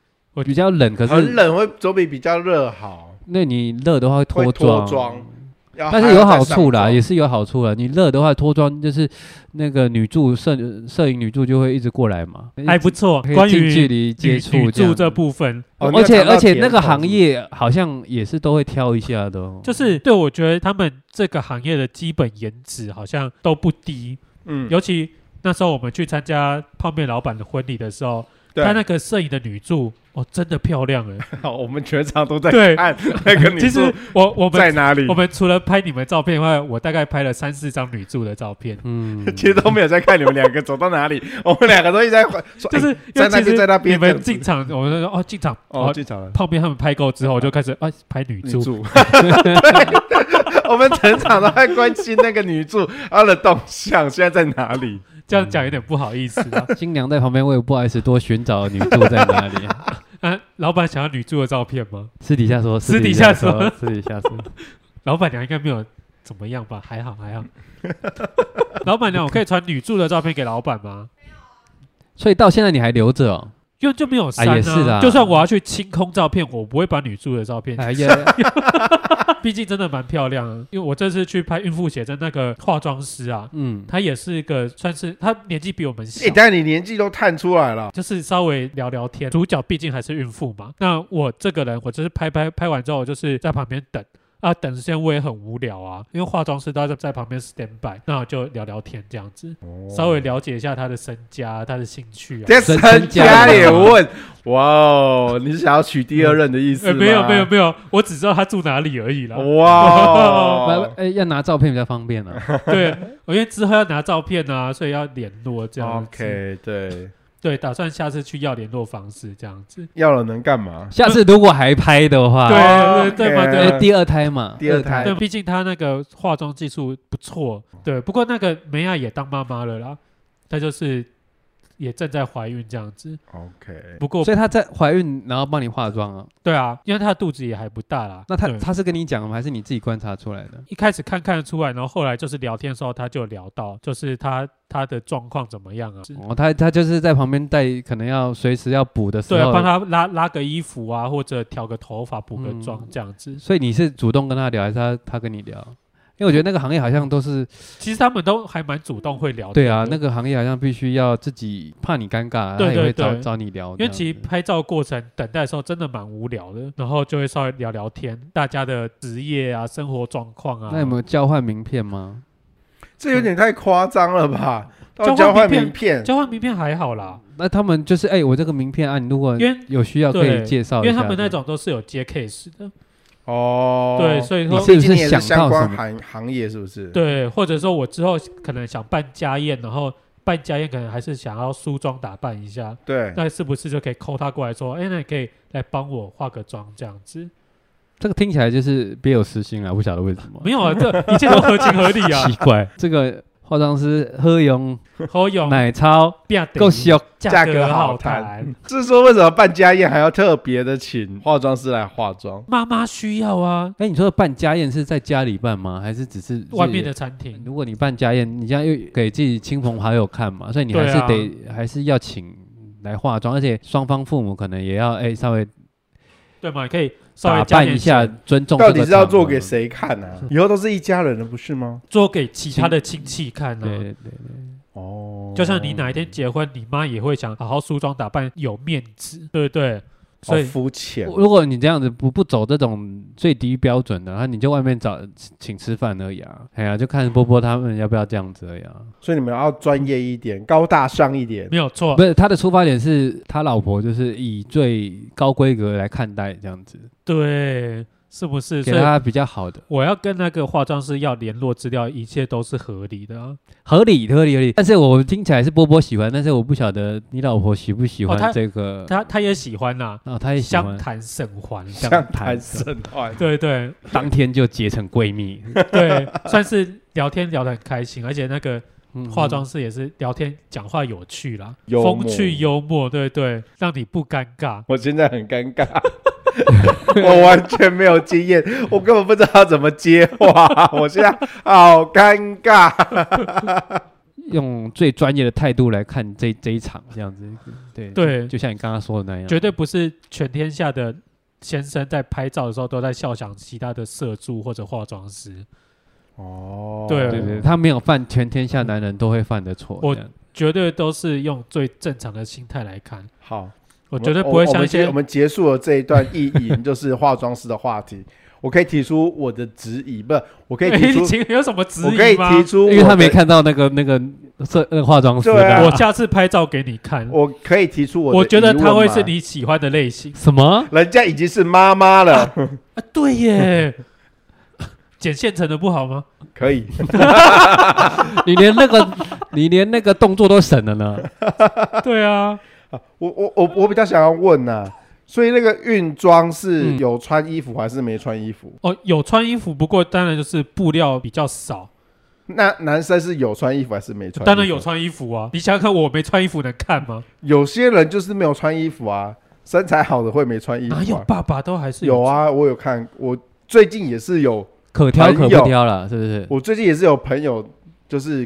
S2: 比较冷，可
S1: 很
S2: 是
S1: 冷会总比比较热好，
S2: 那你热的话会
S1: 会
S2: 脱
S1: 脱
S2: 妆，
S1: 妆，要
S2: 但
S1: 还要
S2: 是有
S1: 再
S2: 好
S1: 上
S2: 处啦，
S1: 妆
S2: 也是有好处啦。你热的话脱妆，就是那个女助摄摄影女助就会一直过来嘛，
S3: 还不错
S2: 嗯可。以
S3: 关
S2: 近距
S3: 于
S2: 离
S3: 女
S2: 接
S3: 女
S2: 触这样
S3: 助这部分，
S1: 哦你
S2: 而
S1: 有
S2: 且
S1: 讲到
S2: 而且
S1: 别
S2: 那
S1: 人
S2: 个
S1: 是不
S2: 行
S1: 是
S2: 业好像也是都会挑一下的、哦，
S3: 就是对我觉得他们这个行业的基本颜值好像都不低，
S1: 嗯，
S3: 尤其那时候我们去参加泡面老板的婚礼的时候，
S1: 对
S3: 他那个摄影的女助哦，真的漂亮 哎、
S1: 好，我们全场都在
S3: 对
S1: 看那个女
S3: 其
S1: 助
S3: 实我我
S1: 在
S3: 们
S1: 哪里
S3: 我，们除了拍你们照片以外，我大概拍了三四张女助的照片，
S2: 嗯，
S1: 其实都没有在看你们两个走到哪里，我们两个都一直在说，
S3: 就
S1: 哎
S3: 是因
S1: 在
S3: 为
S1: 那
S3: 其实
S1: 边在那边
S3: 你
S1: 这
S3: 们
S1: 样子
S3: 进场，我们就说哦进场
S1: 哦，
S3: 哦。
S1: 进场了。
S3: 泡面他们拍够之后，我就开始啊拍女
S1: 女
S3: 助，
S1: 助，对我们整场都在关心那个女助她的动向，现在在哪里？
S3: 这样讲有点不好意思啊。
S2: 新娘在旁边，我也不好意思多寻找女助在哪里。
S3: 啊，老板想要女助的照片吗？
S2: 私底下说，
S3: 私底
S2: 底
S3: 下
S2: 说，私 底下说，
S3: 老板娘应该没有怎么样吧？还好还 好。老板娘，我可以传女助的照片给老板吗？
S2: 所以到现在你还留着哦？
S3: 因为就没有删
S1: 哎
S3: 啊。
S2: 啊也是啦
S3: 就算我要去清空照片，我不会把女助的照片，
S2: 哎呀，
S3: 毕竟真的蛮漂亮啊。因为我这次去拍孕妇写真那个化妆师啊，
S2: 嗯，
S3: 她也是一个算是她年纪比我们 小
S1: 哎，。但你年纪都探出来了，
S3: 就是稍微聊聊天，主角毕竟还是孕妇嘛。那我这个人，我就是拍拍拍完之后，我就是在旁边等啊，等时间我也很无聊啊，因为化妆师都在在旁边 stand by，那我就聊聊天这样子，稍微了解一下他的身家、他的兴趣啊。
S1: 哦这
S2: 真
S1: 三
S2: 真假
S1: 家
S2: 的
S1: 也问，哇哦，你是想要娶第二任的意思
S3: 呃，
S1: 吗？哦
S3: 没有没有没有，我只知道他住哪里而已 啦。
S1: 哇
S2: 不
S1: 哦，
S2: 哎，要拿照片比较方便啊。
S3: 对，我因为之后要拿照片啊，所以要联络这样子。
S1: OK，对，
S3: 对，打算下次去要联络方式这样子。
S1: 要了能干嘛？哦
S2: 下次如果还拍的话，
S3: 对对对嘛
S1: OK
S3: 对
S2: 哎，第二胎嘛，
S1: 第二胎
S3: 对，毕竟她那个化妆技术不错。对，不过那个梅亚也当妈妈了啦，她就是也正在怀孕这样子。
S1: OK，
S3: 不过
S2: 所以她在怀孕，然后帮你化妆啊？
S3: 对啊，因为她的肚子也还不大啦。
S2: 那她
S3: 对
S2: 她是跟你讲吗？还是你自己观察出来的？
S3: 一开始看看得出来，然后后来就是聊天的时候，她就聊到就是她她的状况怎么样啊？
S2: 哦，她她就是在旁边带，可能要随时要补的时
S3: 对啊，
S2: 候，
S3: 帮她拉拉个衣服啊，或者调个头发、补个
S2: 嗯
S3: 妆这样子。
S2: 所以你是主动跟他聊，还是他他跟你聊？因为我觉得那个行业好像都是
S3: 其实他们都还蛮主动会聊天
S2: 对
S3: 的。
S2: 啊，那个行业好像必须要自己怕你尴尬，
S3: 对
S2: 他也
S3: 对
S2: 会找
S3: 对
S2: 找你聊哦这
S3: 因为
S2: 样子。
S3: 其实拍照过程等待的时候真的蛮无聊的，然后就会稍微聊聊天，大家的职业啊、生活状况啊。
S2: 那有没有交换名片吗？
S1: 这有点太夸张了吧？到
S3: 交
S1: 交
S3: 换
S1: 换
S3: 名
S1: 名片，
S3: 嗯交换名片还好啦，
S2: 那他们就是哎、我这个名片啊，你如果
S3: 因为
S2: 有需要可
S3: 对
S2: 以介绍嗯
S3: 因
S2: 哦一下。
S3: 为他们那种都是有接 case 的，
S1: 哦，
S3: 对，所以
S2: 你
S3: 说
S2: 是不
S1: 今
S2: 是
S1: 年也
S2: 想
S1: 是
S2: 到
S1: 相
S2: 什
S1: 关
S2: 么？
S1: 行行业是不是？，
S3: 对，或者说我之后可能想办家宴，然后办家宴可能还是想要梳妆打扮一
S2: 嗯
S3: 下，
S1: 对，
S3: 那是不是就可以 call 他过来说，哎，那你可以来帮我化个妆这样子？
S2: 这个听起来就是别有私心啊，不晓得为什么。
S3: 没 有啊，这一切都合情合理 啊
S2: 奇。怪，这个化妆师喝用
S3: 侯勇
S2: 奶超
S3: 变得
S2: 够小，
S3: 价
S1: 价格好
S3: 好
S1: 谈
S3: 谈。
S1: 是说为什么办家宴还要特别的请化妆师来化妆？
S3: 妈妈需要啊，
S2: 哎、你说的办家宴是在家里办吗？还是只是
S3: 外面的餐厅。
S2: 如果你办家宴，你这样又给自己亲朋好友看嘛，所以你还
S3: 对
S2: 是
S3: 啊
S2: 得、还是要请来化妆，而且双方父母可能也要哎、稍微
S3: 对嘛，可以稍微
S2: 打
S3: 加
S2: 扮
S3: 点
S2: 一下
S3: 钱，
S2: 尊重。
S1: 到底是要做给？谁看呢、啊？以后都是一家人了，不是吗？
S3: 做给其他的亲戚看
S2: 对
S3: 呢、
S2: 对对，
S1: 哦，
S3: 就像你哪一天结婚，你妈也会想好好梳妆打扮，有面子，对不对？
S1: 好
S3: 所以
S1: 肤浅
S2: 如果你这样子不不走这种最低标准的，那你就外面找请吃饭而已啊。哎呀、就看波波他们要不要这样子而已啊。
S1: 所以你们要专业一点，高大上一点。
S3: 没有错
S2: 不，是他的出发点是他老婆就是以最高规格来看待这样子，
S3: 对，是不是？
S2: 给
S3: 所以
S2: 他比较好的。
S3: 我要跟那个化妆师要联络资料，一切都是合理的啊。
S2: 合理合理合理，但是我听起来是波波喜欢，但是我不晓得你老婆喜不喜
S3: 哦她
S2: 欢这个。
S3: 他他也喜欢呐、
S2: 哦，她也嗯喜
S3: 相
S2: 欢，
S3: 谈甚欢。
S1: 像谈
S2: 谈
S1: 神话，
S3: 对对
S2: 当天就结成闺蜜。
S3: 对，算是聊天聊得很开心，而且那个
S2: 嗯
S3: 化妆师也是聊天讲话有趣啦，
S1: 幽默
S3: 风趣幽默，对对，让你不尴尬。
S1: 我现在很尴尬， 我完全没有经验，我根本不知道怎么接话，我现在好尴尬。
S2: 用最专业的态度来看这这一场这样子，对
S3: 对
S2: 就像你刚刚说的那样，
S3: 绝对不是全天下的先生在拍照的时候都在笑想其他的社助或者化妆师，
S1: 哦
S3: 对
S2: 对对，他没有犯全天下男人都会犯的错，
S3: 我
S2: 这样
S3: 绝对都是用最正常的心态来看，
S1: 好，
S3: 我绝对不会
S1: 我
S3: 像
S1: 们
S3: 一
S1: 结
S3: 些
S1: 我们结束了这一段意淫，就是化妆师的话题。我可以提出我的质疑，不，我可以提
S3: 已
S1: 出，
S3: 经有什么质
S1: 我可以
S3: 疑吗？
S1: 提出我的，
S2: 因为他没看到那个那个色那个化妆师
S1: 对啊
S2: 的
S3: 我下次拍照给你看，
S1: 我可以提出我的疑
S3: 我
S1: 问吗，
S3: 觉得他会是你喜欢的类型。
S2: 什么？
S1: 人家已经是妈妈了，
S3: 啊，对耶，剪现成的不好吗？
S1: 可以。
S2: 你连那个 你连那个动作都省了呢？
S3: 对啊，
S1: 我我我我比较想要问呐、所以那个运装是
S2: 嗯
S1: 有穿衣服还是没穿衣服？
S3: 哦，有穿衣服，不过当然就是布料比较少，
S1: 那男生是有穿衣服还是没穿？
S3: 当然有，穿衣服啊。你想想看，我没穿衣服能看吗？
S1: 有些人就是没有穿衣服啊，身材好的会没穿衣服、
S3: 哪有
S1: 啊。
S3: 爸爸都还是
S1: 有，啊，我有看，我最近也是有，
S2: 可挑可
S1: 朋友
S2: 不挑了，是不是？
S1: 我最近也是有朋友，就是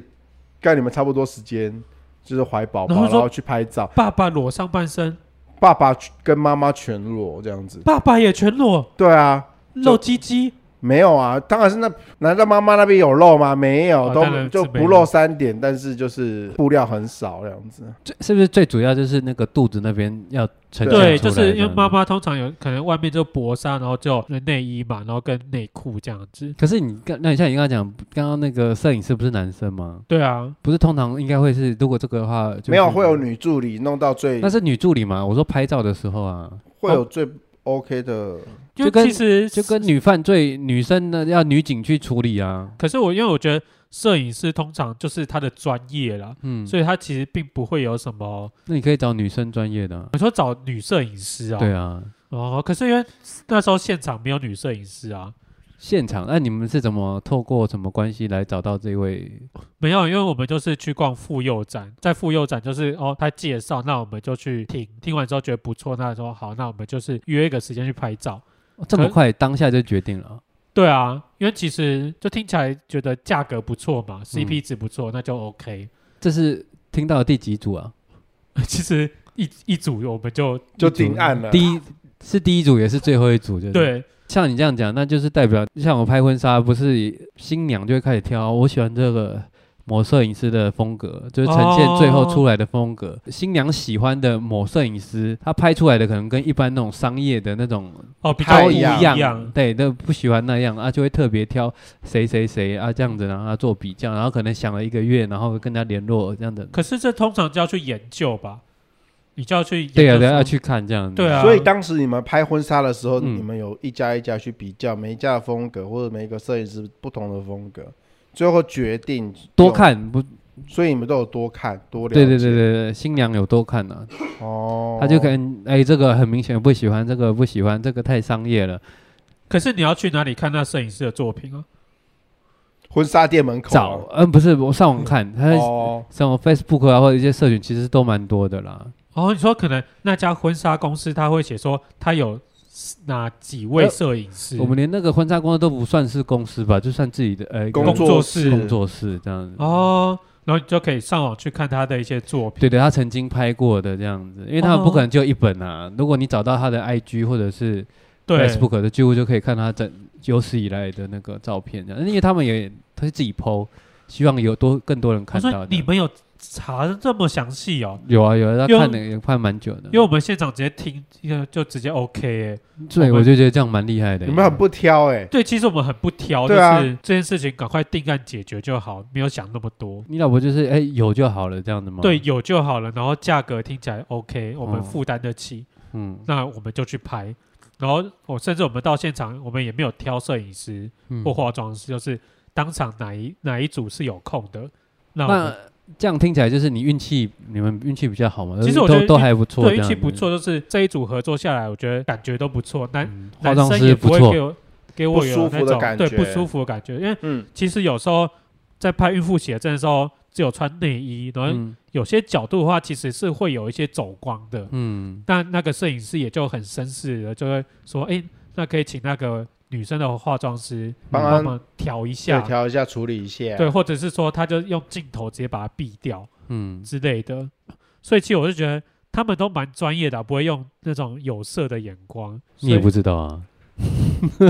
S1: 跟你们差不多时间，就是怀宝宝，
S3: 然后
S1: 然
S3: 说
S1: 后去拍照，
S3: 爸爸裸上半身，
S1: 爸爸跟妈妈全裸这样子。
S3: 爸爸也全裸，
S1: 对啊，
S3: 露鸡鸡，
S1: 没有啊，当然是那难道妈妈那边有漏吗？没有，
S3: 哦当然
S1: 都
S3: 是
S1: 就
S3: 没
S1: 不
S3: 有
S1: 漏三点，但是就是布料很少这样子。
S2: 最是不是最主要就是那个肚子那边要呈现出来
S3: 对，就是因为妈
S2: 这样子。
S3: 妈通常有可能外面就薄纱，然后就内衣嘛，然后跟内裤这样子。
S2: 可是你刚，那你像你刚刚讲，刚刚那个摄影师不是男生吗？
S3: 对啊，
S2: 不是，通常应该会是，如果这个的话，就是
S1: 没有，会有，女助理弄到最
S2: 那是女助理嘛？我说拍照的时候啊，
S1: 会
S3: 哦
S1: 有最 OK 的。
S3: 因
S2: 就
S3: 为
S2: 跟
S3: 其实
S2: 就跟女犯罪女生呢要女警去处理啊，
S3: 可是我因为我觉得摄影师通常就是他的专业啦，
S2: 嗯，
S3: 所以他其实并不会有什么。
S2: 那你可以找女生专业的啊、
S3: 你说找女摄影师啊？
S2: 对啊，
S3: 哦，可是因为那时候现场没有女摄影师啊，
S2: 现场那你们是怎么透过什么关系来找到这位？
S3: 没有，因为我们就是去逛妇幼展，在妇幼展就是哦，他介绍，那我们就去听，听完之后觉得不错，那说好，那我们就是约一个时间去拍照。
S2: 哦这么快当下就决定了啊？
S3: 对啊，因为其实就听起来觉得价格不错嘛，CP 值不错，那就 OK。
S2: 这是听到第几组啊？
S3: 其实一一组我们就
S1: 就
S2: 一组
S1: 定案了
S2: 第一是第一组，也是最后一组，就是。
S3: 对
S2: 像你这样讲，那就是代表像我拍婚纱，不是新娘就会开始挑，我喜欢这个某摄影师的风格，就是呈现最后出来的风格。
S1: 哦
S2: 新娘喜欢的某摄影师，他拍出来的可能跟一般那种商业的那种
S3: 哦，比
S1: 太
S3: 较不
S1: 一样
S3: 样。
S2: 对，都不喜欢那样啊，就会特别挑谁谁谁啊这样子，然后他做比较，然后可能想了一个月，然后跟他联络这样的。
S3: 可是这通常就要去研究吧，你就要去研究
S2: 对啊，对啊，
S3: 说
S2: 要去看这样子。
S3: 对啊，
S1: 所以当时你们拍婚纱的时候，
S2: 嗯
S1: 你们有一家一家去比较每一家的风格，或者每一个摄影师不同的风格，最后决定
S2: 多。看不？
S1: 所以你们都有多看多了解。
S2: 对对对对对，新娘有多看啊，
S1: 哦，
S2: 他就可能哎，这个很明显不喜欢，这个不喜欢，这个太商业 了。
S3: 可是你要去哪里看那摄影师的作品啊？
S1: 婚纱店门口
S2: 找
S1: 啊
S2: 嗯，不是我上网看，他
S1: 哦，
S2: 像我 Facebook 啊或者一些社群其实都蛮多的啦。
S3: 哦，你说可能那家婚纱公司他会写说他有哪几位摄影师？
S2: 呃我们连那个婚纱公司都不算是公司吧，就算自己的呃一个
S1: 工
S3: 作
S1: 室
S2: 工作室这样子。
S3: 哦，然后你就可以上网去看他的一些作品。
S2: 对对，他曾经拍过的这样子，因为他们不可能只有一本啊。如果你找到他的 IG 或者是
S3: 哦对，
S2: Facebook 的，几乎就可以看他整有史以来的那个照片这样。因为他们也他是自己 PO，希望有多更多人
S3: 他
S2: 看到
S3: 说
S2: 的。
S3: 哦你们有查得这么详细哦？
S2: 有啊有啊，他
S3: 因为
S2: 看的也看蛮久的
S3: 因为，我们现场直接听，就就直接 OK 耶。
S2: 对，
S3: 我
S2: 我
S3: 们
S2: 就觉得这样蛮厉害的。
S1: 你们很不挑哎。
S3: 对，其实我们很不挑，
S1: 对啊
S3: 就是这件事情赶快定案解决就好，没有想那么多。
S2: 你老婆就是哎有就好了这样的吗？
S3: 对，，有就好了，然后价格听起来 OK，我们
S2: 嗯
S3: 负担得起。
S2: 嗯
S3: 那我们就去拍。然后我、甚至我们到现场，我们也没有挑摄影师
S2: 嗯
S3: 或化妆师，就是当场哪一哪一组是有空的。那我
S2: 那
S3: 们
S2: 这样听起来就是你运气，你们运气比较好嘛？
S3: 其实
S2: 都
S3: 我觉得
S2: 都都还不错，
S3: 对
S2: 这
S3: 运
S2: 样
S3: 气不
S2: 子。
S3: 错，就是这一组合作下来，我觉得感觉都不错。男、
S2: 嗯化
S3: 男
S2: 妆
S3: 生
S2: 师
S3: 也
S2: 不
S3: 不会给
S2: 错，
S3: 我给我有
S1: 不舒
S3: 那
S1: 服的
S3: 种
S1: 感
S3: 对
S1: 觉
S3: 不舒服的感觉，因为
S1: 嗯，
S3: 其实有时候在拍孕妇写真的时候，只有穿内衣，然后
S2: 嗯
S3: 有些角度的话，其实是会有一些走光的。
S2: 嗯，
S3: 那那个摄影师也就很绅士的，就会说：“哎、那可以请那个女生的化妆师
S1: 帮
S3: 帮
S1: 她
S3: 忙调一
S1: 对
S3: 下，
S1: 调一下，处理一下。哦
S3: 对，，或者是说他就用镜头直接把它避掉
S2: 嗯，
S3: 之类的。所以其实我就觉得他们都蛮专业的啊、不会用那种有色的眼光。
S2: 你也
S3: 所以
S2: 不知道啊，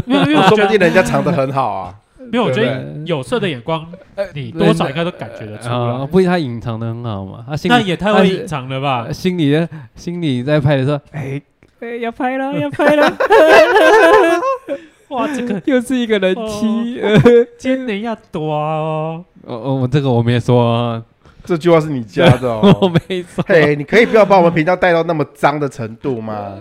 S3: 没有，因为
S1: 我
S3: 我
S1: 啊说
S3: 觉
S1: 不定
S3: 得
S1: 人家藏得很好 啊。
S3: 没有，我觉
S1: 对呃
S3: 得有色的眼光，你多少应该都感觉得出
S2: 啊，
S3: 来。
S2: 不一定他隐藏的很好嘛，他心
S3: 那
S2: 里
S3: 也太会隐藏了吧
S2: 呃？心里的心里在拍的时候， 哎，
S3: 哎，要拍了，要拍了！ 哇，这个
S2: 又是一个人
S3: 妻
S2: 妻，
S3: 哦
S2: 呃
S3: 今年要多哦。
S2: 哦哦， 我这个我没说啊，
S1: 这句话是你加的
S2: 我
S1: 哦。
S2: 没说，
S1: 嘿，你可以不要把我们频道带到那么脏的程度吗？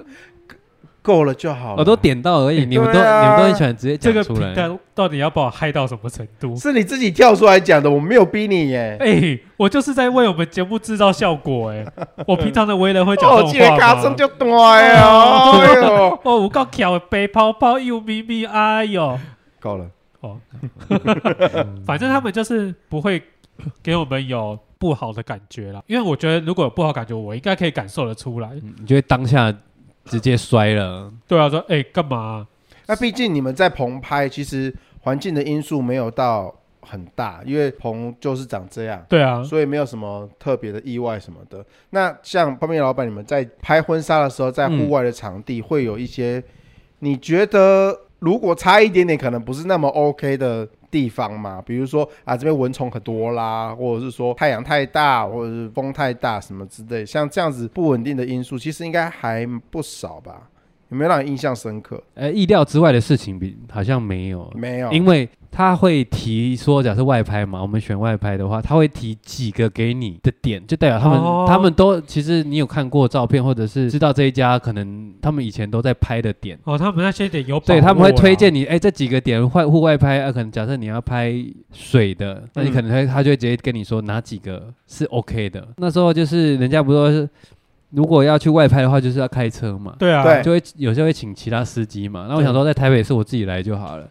S1: 够了就好了。
S2: 我都点到而已，你们都你
S1: 对啊
S2: 们都很喜欢直接
S3: 这
S2: 讲
S3: 个
S2: 出
S3: 平
S2: 来，
S3: 台到底要把我害到什么程 度？
S1: 是你自己跳出来讲的，我没有逼你耶。
S3: 哎、我就是在为我们节目制造效果哎、我平常的为人会讲这
S1: 哦，
S3: 种
S1: 这个
S3: 话
S1: 卡声
S3: 吗？
S1: 就大 哦，哎呦，
S3: 哦，我够巧的，白泡泡又咪咪，哎呦，
S1: 够了。
S3: 反正他们就是不会给我们有不好的感觉啦。因为我觉得如果有不好感觉，我应该可以感受得出来。
S2: 嗯你就会当下直接摔了，
S3: 对啊，说哎干、嘛啊、
S1: 那毕竟你们在棚拍，其实环境的因素没有到很大，因为棚就是长这样。
S3: 对啊，
S1: 所以没有什么特别的意外什么的。那像泡面老板，你们在拍婚纱的时候，在户外的场地会有一些，你觉得如果差一点点，可能不是那么 OK 的地方嘛？比如说啊，这边蚊虫很多啦，或者是说太阳太大，或者是风太大什么之类，像这样子不稳定的因素，其实应该还不少吧？有没有让你印象深刻？
S2: 呃，意料之外的事情比好像没有，
S1: 没
S3: 哦
S1: 有，
S2: 哦因为他会提说，假设外拍嘛，我们选外拍的话，他会提几个给你的点，就代表他们、
S3: 哦
S2: 他们都其实你有看过照片，或者是知道这一家可能他们以前都在拍的点。
S3: 哦，他们那些点有把
S2: 对，
S3: 握
S2: 他们会
S3: 啦
S2: 推荐你，哎，这几个点换户外拍，啊，可能假设你要拍水的，那你可能他他就会直接跟你说哪几个是 OK 的。那时候就是人家不是说是，如果要去外拍的话，就是要开车嘛，
S3: 对啊，
S1: 对
S2: 就会有时候会请其他司机嘛。那我想说，在台北市我自己来就好了。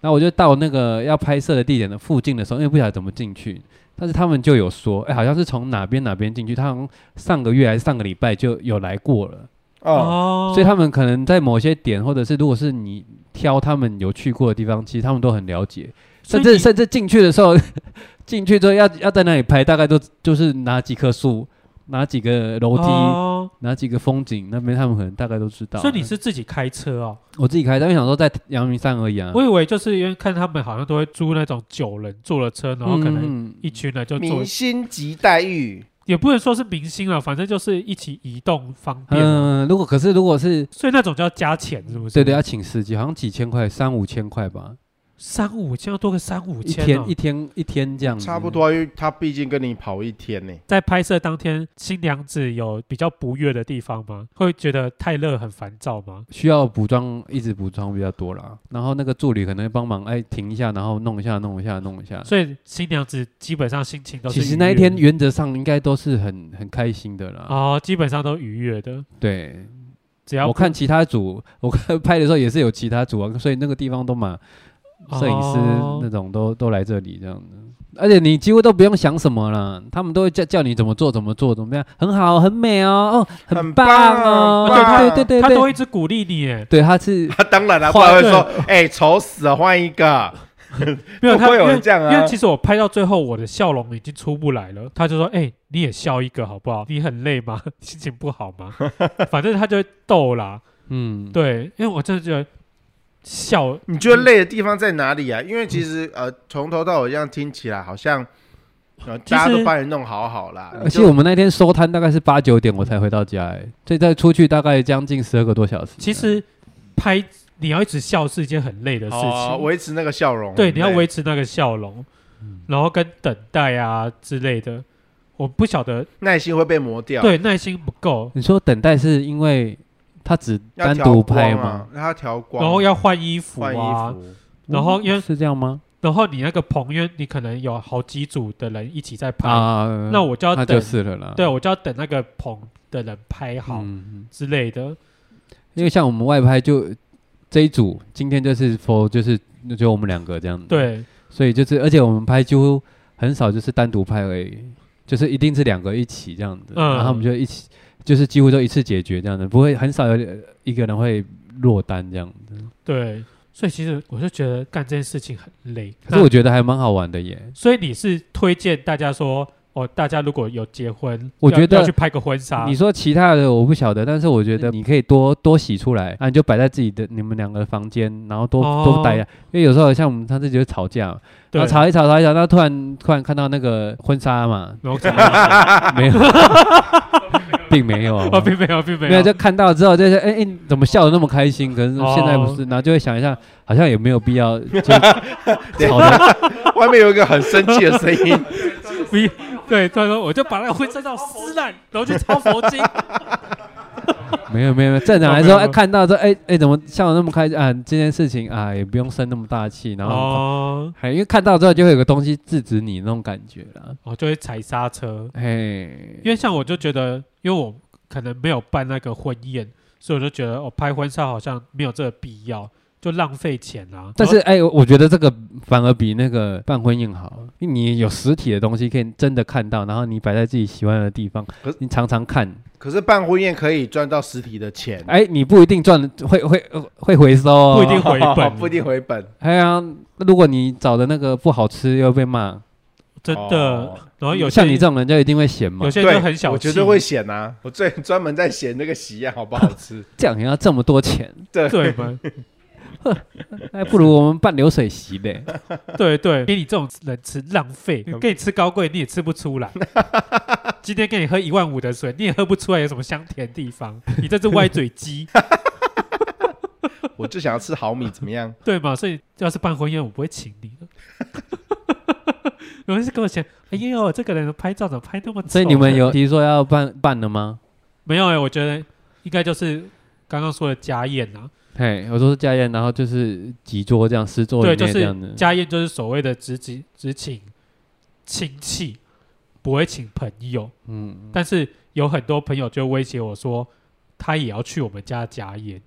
S2: 那我就到那个要拍摄的地点的附近的时候，因为不晓得怎么进去，但是他们就有说，哎、好像是从哪边哪边进去，他好像上个月还是上个礼拜就有来过了，
S1: 哦，
S3: 哦，
S2: 所以他们可能在某些点，或者是如果是你挑他们有去过的地方，其实他们都很了解，
S3: 所
S2: 甚
S3: 以
S2: 至
S3: 你
S2: 甚至进去的时候， 进去之后要要在那里拍，大概都就是哪几棵树、哪几个楼梯、
S3: 哦
S2: 哪几个风景，那边他们可能大概都知道。
S3: 所以你是自己开车哦？
S2: 我自己开，但是想说在阳明山而已啊。
S3: 我以为就是因为看他们好像都会租那种九人坐的车，然后可能
S2: 嗯
S3: 一群人就坐，
S1: 明星级待遇，
S3: 也不能说是明星了，反正就是一起移动方便啊。
S2: 嗯，如果可是如果是
S3: 所以那种叫加钱，是不是？
S2: 对对，要请司机，好像几千块，三五千块吧，
S3: 三五千要多个三五
S2: 一
S3: 千、哦，
S2: 天一天一天这样，
S1: 差不。多，因为他毕竟跟你跑一天呢、
S3: 在拍摄当天，新娘子有比较不悦的地方吗？会觉得太热很烦躁吗？
S2: 需要补妆，一直补妆比较多啦。然后那个助理可能会帮忙，哎，停一下，然后弄一下，弄一下，弄一下。
S3: 所以新娘子基本上心情都是
S2: 呃其实
S3: 愉
S2: 那一
S3: 悦
S2: 天
S3: 的
S2: 原则上应该都是很 很开心的啦。
S3: 哦，基本上都愉悦的，
S2: 对，
S3: 只要
S2: 我看其他组，我看拍的时候也是有其他组啊，所以那个地方都嘛，摄影师
S3: 哦
S2: 那种都、都来这里这样子。而且你几乎都不用想什么啦，他们都会叫叫你怎么做怎么做怎么样，很好很美哦，哦
S1: 很
S2: 棒
S3: 啊
S2: 哦，
S1: 棒
S2: 对对对对
S3: 他
S2: 对
S3: 都会一直鼓励你耶，
S2: 对他是
S1: 他 当然了、不
S2: 花
S1: 然会说，哎、丑死了，换一个。
S3: 没有
S1: 不
S3: 他
S1: 会有
S3: 因为
S1: 人这样啊
S3: 因为其实我拍到最后，我的笑容已经出不来了。他就说：“哎、你也笑一个好不好？你很累吗？ 心情不好吗？”反正他就会逗啦。
S2: 嗯，
S3: 对，因为我真的觉得笑
S1: 你觉得累的地方在哪里啊？因为其实呃，从头到尾这样听起来，好像呃
S3: 其实呃
S1: 大家都把你弄好好啦。
S2: 而且我们那天收摊大概是八九点，我才回到家、哎，所以再出去大概将近十二个多小时。
S3: 其实拍你要一直笑是一件很累的
S1: 你就
S3: 事情，
S1: 哦维持那个笑容，
S3: 对，你要
S1: 不
S3: 维持那个笑容，
S1: 嗯
S3: 然后跟等待啊之类的。我不晓得，
S1: 耐心会被磨掉，，
S3: 对耐心不够，
S2: 你说等待是因为他只
S1: 要
S2: 单
S1: 调
S2: 独拍
S1: 光
S2: 吗
S1: 啊？，让它调光，
S3: 然后要换衣服
S1: 换
S3: 啊，
S1: 衣服，
S3: 然后因为
S2: 是这样吗？
S3: 然后你那个朋友，你可能有好几组的人一起在拍，
S2: 啊，
S3: 那我就要
S2: 那
S3: 等，
S2: 就是了啦。
S3: 对我就要等那个棚的人拍好
S2: 嗯，
S3: 之类的。
S2: 因为像我们外拍就这一组，今天就是 for 就是那就我们两个这样子。，
S3: 对，
S2: 所以就是而且我们拍几乎很少就是单独拍而已，就是一定是两个一起这样子，
S3: 嗯
S2: 然后我们就一起。就是几乎都一次解决这样的，不会很少有一个人会落单这样
S3: 嗯
S2: 子。
S3: 对，所以其实我就觉得干这件事情很累。
S2: 可是我觉得还蛮好玩的耶
S3: 那。所以你是推荐大家说，哦，大家如果有结婚，
S2: 我
S3: 要
S2: 觉得
S3: 要去拍个婚纱
S2: 你，说其他的我不晓得，但是我觉
S3: 嗯
S2: 得你可以多多洗出来啊，你就摆在自己的你们两个的房间，然后多、
S3: 哦
S2: 多待一下，因为有时候像我们上次就会吵架嘛，然
S3: 对
S2: 后，吵一吵吵一吵，那突然突然看到那个婚纱嘛，
S3: 然后怎么样
S2: 没有，并没有， 啊
S3: 哦，并没有，并没有，
S2: 没有，就看到之后就是，哎、哎、你怎么笑的那么开心？可是
S3: 哦
S2: 现在不是，然后就会想一下，好像也没有必要就吵的，
S1: 外面有一个很生气的声音，
S3: 逼 对，他说我就把那个婚纱照撕烂，然后去抄佛经。
S2: 没有没有没有。正常来说，
S3: 哦没
S2: 哎、
S3: 有
S2: 看到这，哎、哎、怎么笑的那么开心啊？这件事情啊，也不用生那么大气， 然后、
S3: 哦，
S2: 还因为看到之后就会有个东西制止你那种感觉啦。
S3: 我哦就会踩刹车，
S2: 嘿，
S3: 因为像我就觉得，因为我可能没有办那个婚宴，所以我就觉得哦，拍婚纱好像没有这个必要，就浪费钱啊。
S2: 但是
S3: 然后
S2: 哎、我我觉得这个反而比那个办婚宴好，因为你有实体的东西可以真的看到，然后你摆在自己喜欢的地方
S1: 可是，
S2: 你常常看，
S1: 可是办婚宴可以赚到实体的钱，
S2: 哎、你不一定赚会会会回收哦，
S3: 不一定回本
S1: 不一定回本，
S2: 哎呀，那如果你找的那个不好吃又被骂，
S3: 真的，
S1: 哦。
S3: 然后有些
S2: 像你这种人就一定会嫌嘛
S3: 有。些
S1: 对，
S3: 就很小
S1: 我
S3: 气，
S1: 绝对会显啊！我最专门在显那个喜宴好不好吃。
S2: 这样也要这么多钱，
S1: 对，
S3: 对吗？
S2: 还不如我们办流水席 嘞。
S3: 对对，给你这种人吃浪费，给你吃高贵你也吃不出来。 今天给你喝一万五的水，你也喝不出来有什么香甜的地方。你这只歪嘴鸡，
S1: 我就想要吃好米，怎么样？
S3: 对嘛？所以要是办婚宴，我不会请你的。有人是跟 我讲，哎呦，这个人拍照怎么拍那么丑？
S2: 所以你们有提说要办办了吗？
S3: 没有哎、我觉得应该就是刚刚说的家宴啊，
S2: 嘿，我说是家宴，然后就是几桌这样，十桌以
S3: 对，
S2: 内
S3: 就
S2: 这
S3: 是
S2: 样的。
S3: 家宴就是所谓的只只只请亲戚，不会请朋友。
S2: 嗯，
S3: 但是有很多朋友就威胁我说，他也要去我们家家宴，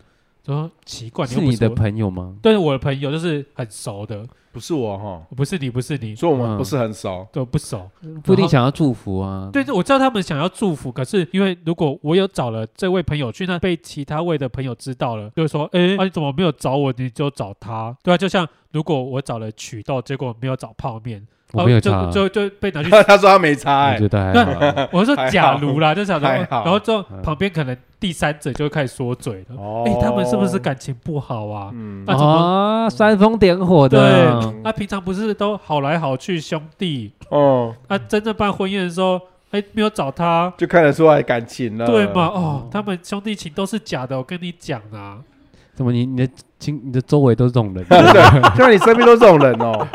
S3: 就说奇怪，
S2: 是
S3: 又不
S2: 你
S3: 是
S2: 的
S3: 我
S2: 朋友吗？
S3: 对我的朋友就是很熟的，
S1: 不是我哈，
S3: 不是你，不是你，
S1: 所以我们不是很熟。
S3: 都不熟。
S2: 不一定想要祝福啊。
S3: 对，我知道他们想要祝福，可是因为如果我有找了这位朋友去，那被其他位的朋友知道了，就会说，哎、啊你怎么没有找我？你就找他，对啊，就像如果我找了曲豆，结果没有找泡面，
S2: 我
S3: 哦
S2: 没有差啊
S3: 就就就被 拿去
S1: 他说他没差
S2: 我
S1: 哎
S2: 觉，得还好。
S3: 我是说
S1: 还
S3: 假
S1: 好
S3: 如啦，就想说，
S1: 还好
S3: 然后之后
S2: 嗯
S3: 旁边可能第三者就会开始说嘴了，
S1: 哦
S3: 哎、他们是不是？感情不好啊？
S1: 嗯
S3: 那怎么
S2: 啊，煽风点火
S3: 对
S2: 的，，
S3: 那、平常不是都好来好去兄弟，
S1: 哦，
S3: 那、真正办婚宴的时候，哎、没有找他，
S1: 就看得出来感情了，
S3: 对嘛？？哦，他们兄弟情都是假的，我跟你讲啊，
S2: 怎么你你的亲你的周围都是这种人？
S1: 对，像你身边都是这种人哦。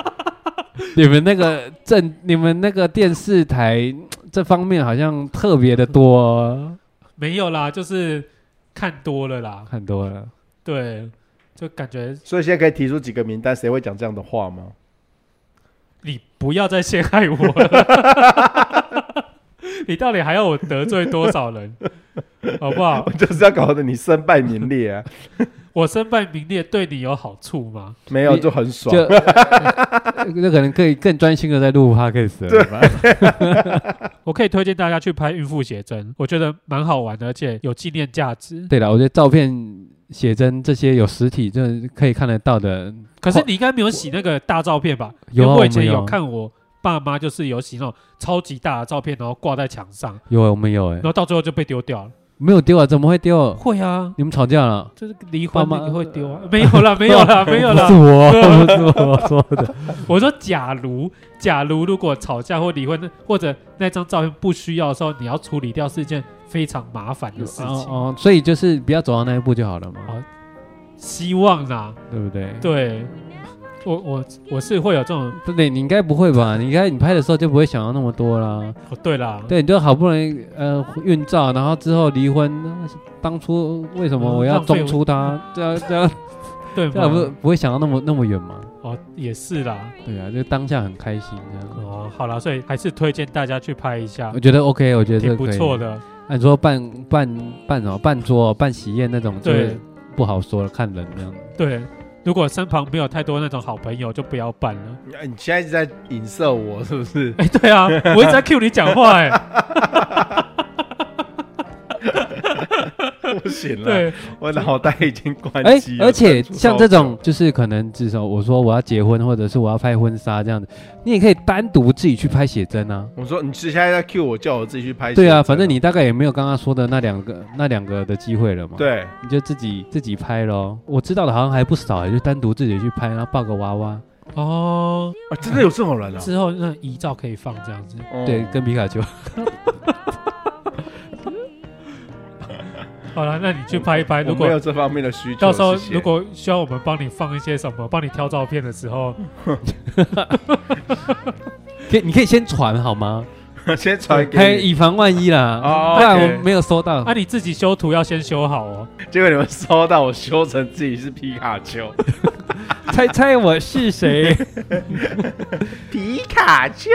S2: 你们那个正，你们那个电视台这方面好像特别的多哦、
S3: 没有啦，就是看多了啦，
S2: 很多了。
S3: 对，就感觉
S1: 所以现在可以提出几个名单，谁会讲这样的话吗？
S3: 你不要再陷害我了，你到底还要我得罪多少人，好不好
S1: 我？就是要搞得你身败名裂啊，
S3: 我身败名裂对你有好处吗？
S1: 没有
S2: 你
S1: 就很爽
S2: 就。 那可能可以更专心的在录 podcast 了吧？
S3: 我可以推荐大家去拍孕妇写真，我觉得蛮好玩的，而且有纪念价值。
S2: 对了，我觉得照片、写真这些有实体，就是可以看得到的。
S3: 可是你应该没有洗那个大照片吧？
S2: 有啊
S3: 因为我以前
S2: 我们有
S3: 有看我爸妈就是有洗那种超级大的照片，然后挂在墙上，
S2: 有啊我们有哎、
S3: 然后到最后就被丢掉了。
S2: 没有丢啊？怎么会丢？
S3: 会啊，
S2: 你们吵架了？
S3: 就是离婚
S2: 爸妈
S3: 你会丢啊？没有啦，没 有啦，没有
S2: 不是
S3: 啦。
S2: 我，不是我说的。
S3: 我说，假如假如如果吵架或离婚，或者那张照片不需要的时候，你要处理掉是一件非常麻烦的事
S2: 哦
S3: 情。
S2: 哦，所以就是不要走到那一步就好了嘛，
S3: 哦希望啦、
S2: 对不对？
S3: 对，我我我是会有这种，
S2: 不对，你应该不会吧？你应该你拍的时候就不会想到那么多啦。
S3: 哦，对啦，
S2: 对，你就好不容易呃孕照，然后之后离婚，那当初为什么我要
S3: 嗯浪费
S2: 中出他？这样 这样
S3: 对
S2: 这样不
S3: 嘛，
S2: 不会想到那么那么远吗？
S3: 哦，也是啦，
S2: 对啊，就当下很开心这样。
S3: 哦，好啦，所以还是推荐大家去拍一下
S1: 哦
S2: 我，觉得 OK，我觉得这
S3: 啊挺
S2: 个
S3: 不
S2: 可以
S3: 错。的，
S2: 按说办办办什么办桌办喜宴那种，就
S3: 对
S2: 是不好说了，看人这样。
S3: 对。如果身旁没有太多那种好朋友，就不要办了。
S1: 哎你现在一直在影射我，是不是？
S3: 哎，对 啊，我一直在 cue 你讲话，哎，
S1: 不行了，
S3: 对，
S1: 我脑袋已经关
S2: 哎、
S1: 机了。
S2: 而且
S1: 关注
S2: 像
S1: 超
S2: 这
S1: 久
S2: 种，就是可能至少我说我要结婚，或者是我要拍婚纱这样子，你也可以单独自己去拍写真啊。
S1: 我说你是现在在 cue 我，叫我自己去拍。
S2: 对啊，反正你大概也没有刚刚说的那两个那两个的机会了嘛。，
S1: 对，啊
S2: 你就自己自己拍咯。我知道的好像还不少，就单独自己去拍，然后抱个娃娃，
S3: 哦，
S1: 啊，真的有这种人啊？
S3: 之后那遗照可以放这样子。
S1: 哦
S2: 对，跟皮卡丘。
S3: 好了，那你去拍一拍。
S1: 我
S3: 哎如果
S1: 没有这方面的需求，
S3: 到时候
S1: 谢谢
S3: 如果需要我们帮你放一些什么，帮你挑照片的时候，
S1: 嗯
S2: 可以你可以先传好吗？
S1: 先传
S2: 还
S1: 给你，
S2: 以防万一啦，
S1: 哦
S2: 不然
S1: OK
S2: 我没有收到。
S3: 啊，你自己修图要先修好哦。
S1: 结果你们收到我修成自己是皮卡 丘，
S2: 猜猜我是谁？
S1: 皮卡丘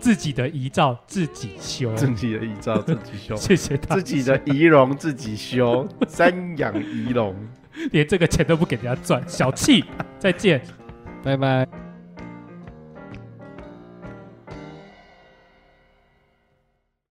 S3: 自己的遗照自己修。，
S1: 自己的遗照自己修
S3: 谢谢他
S1: 自，己的仪容自己修，三养仪容。
S3: 连这个钱都不给人家赚，小气！再见。
S2: 拜拜。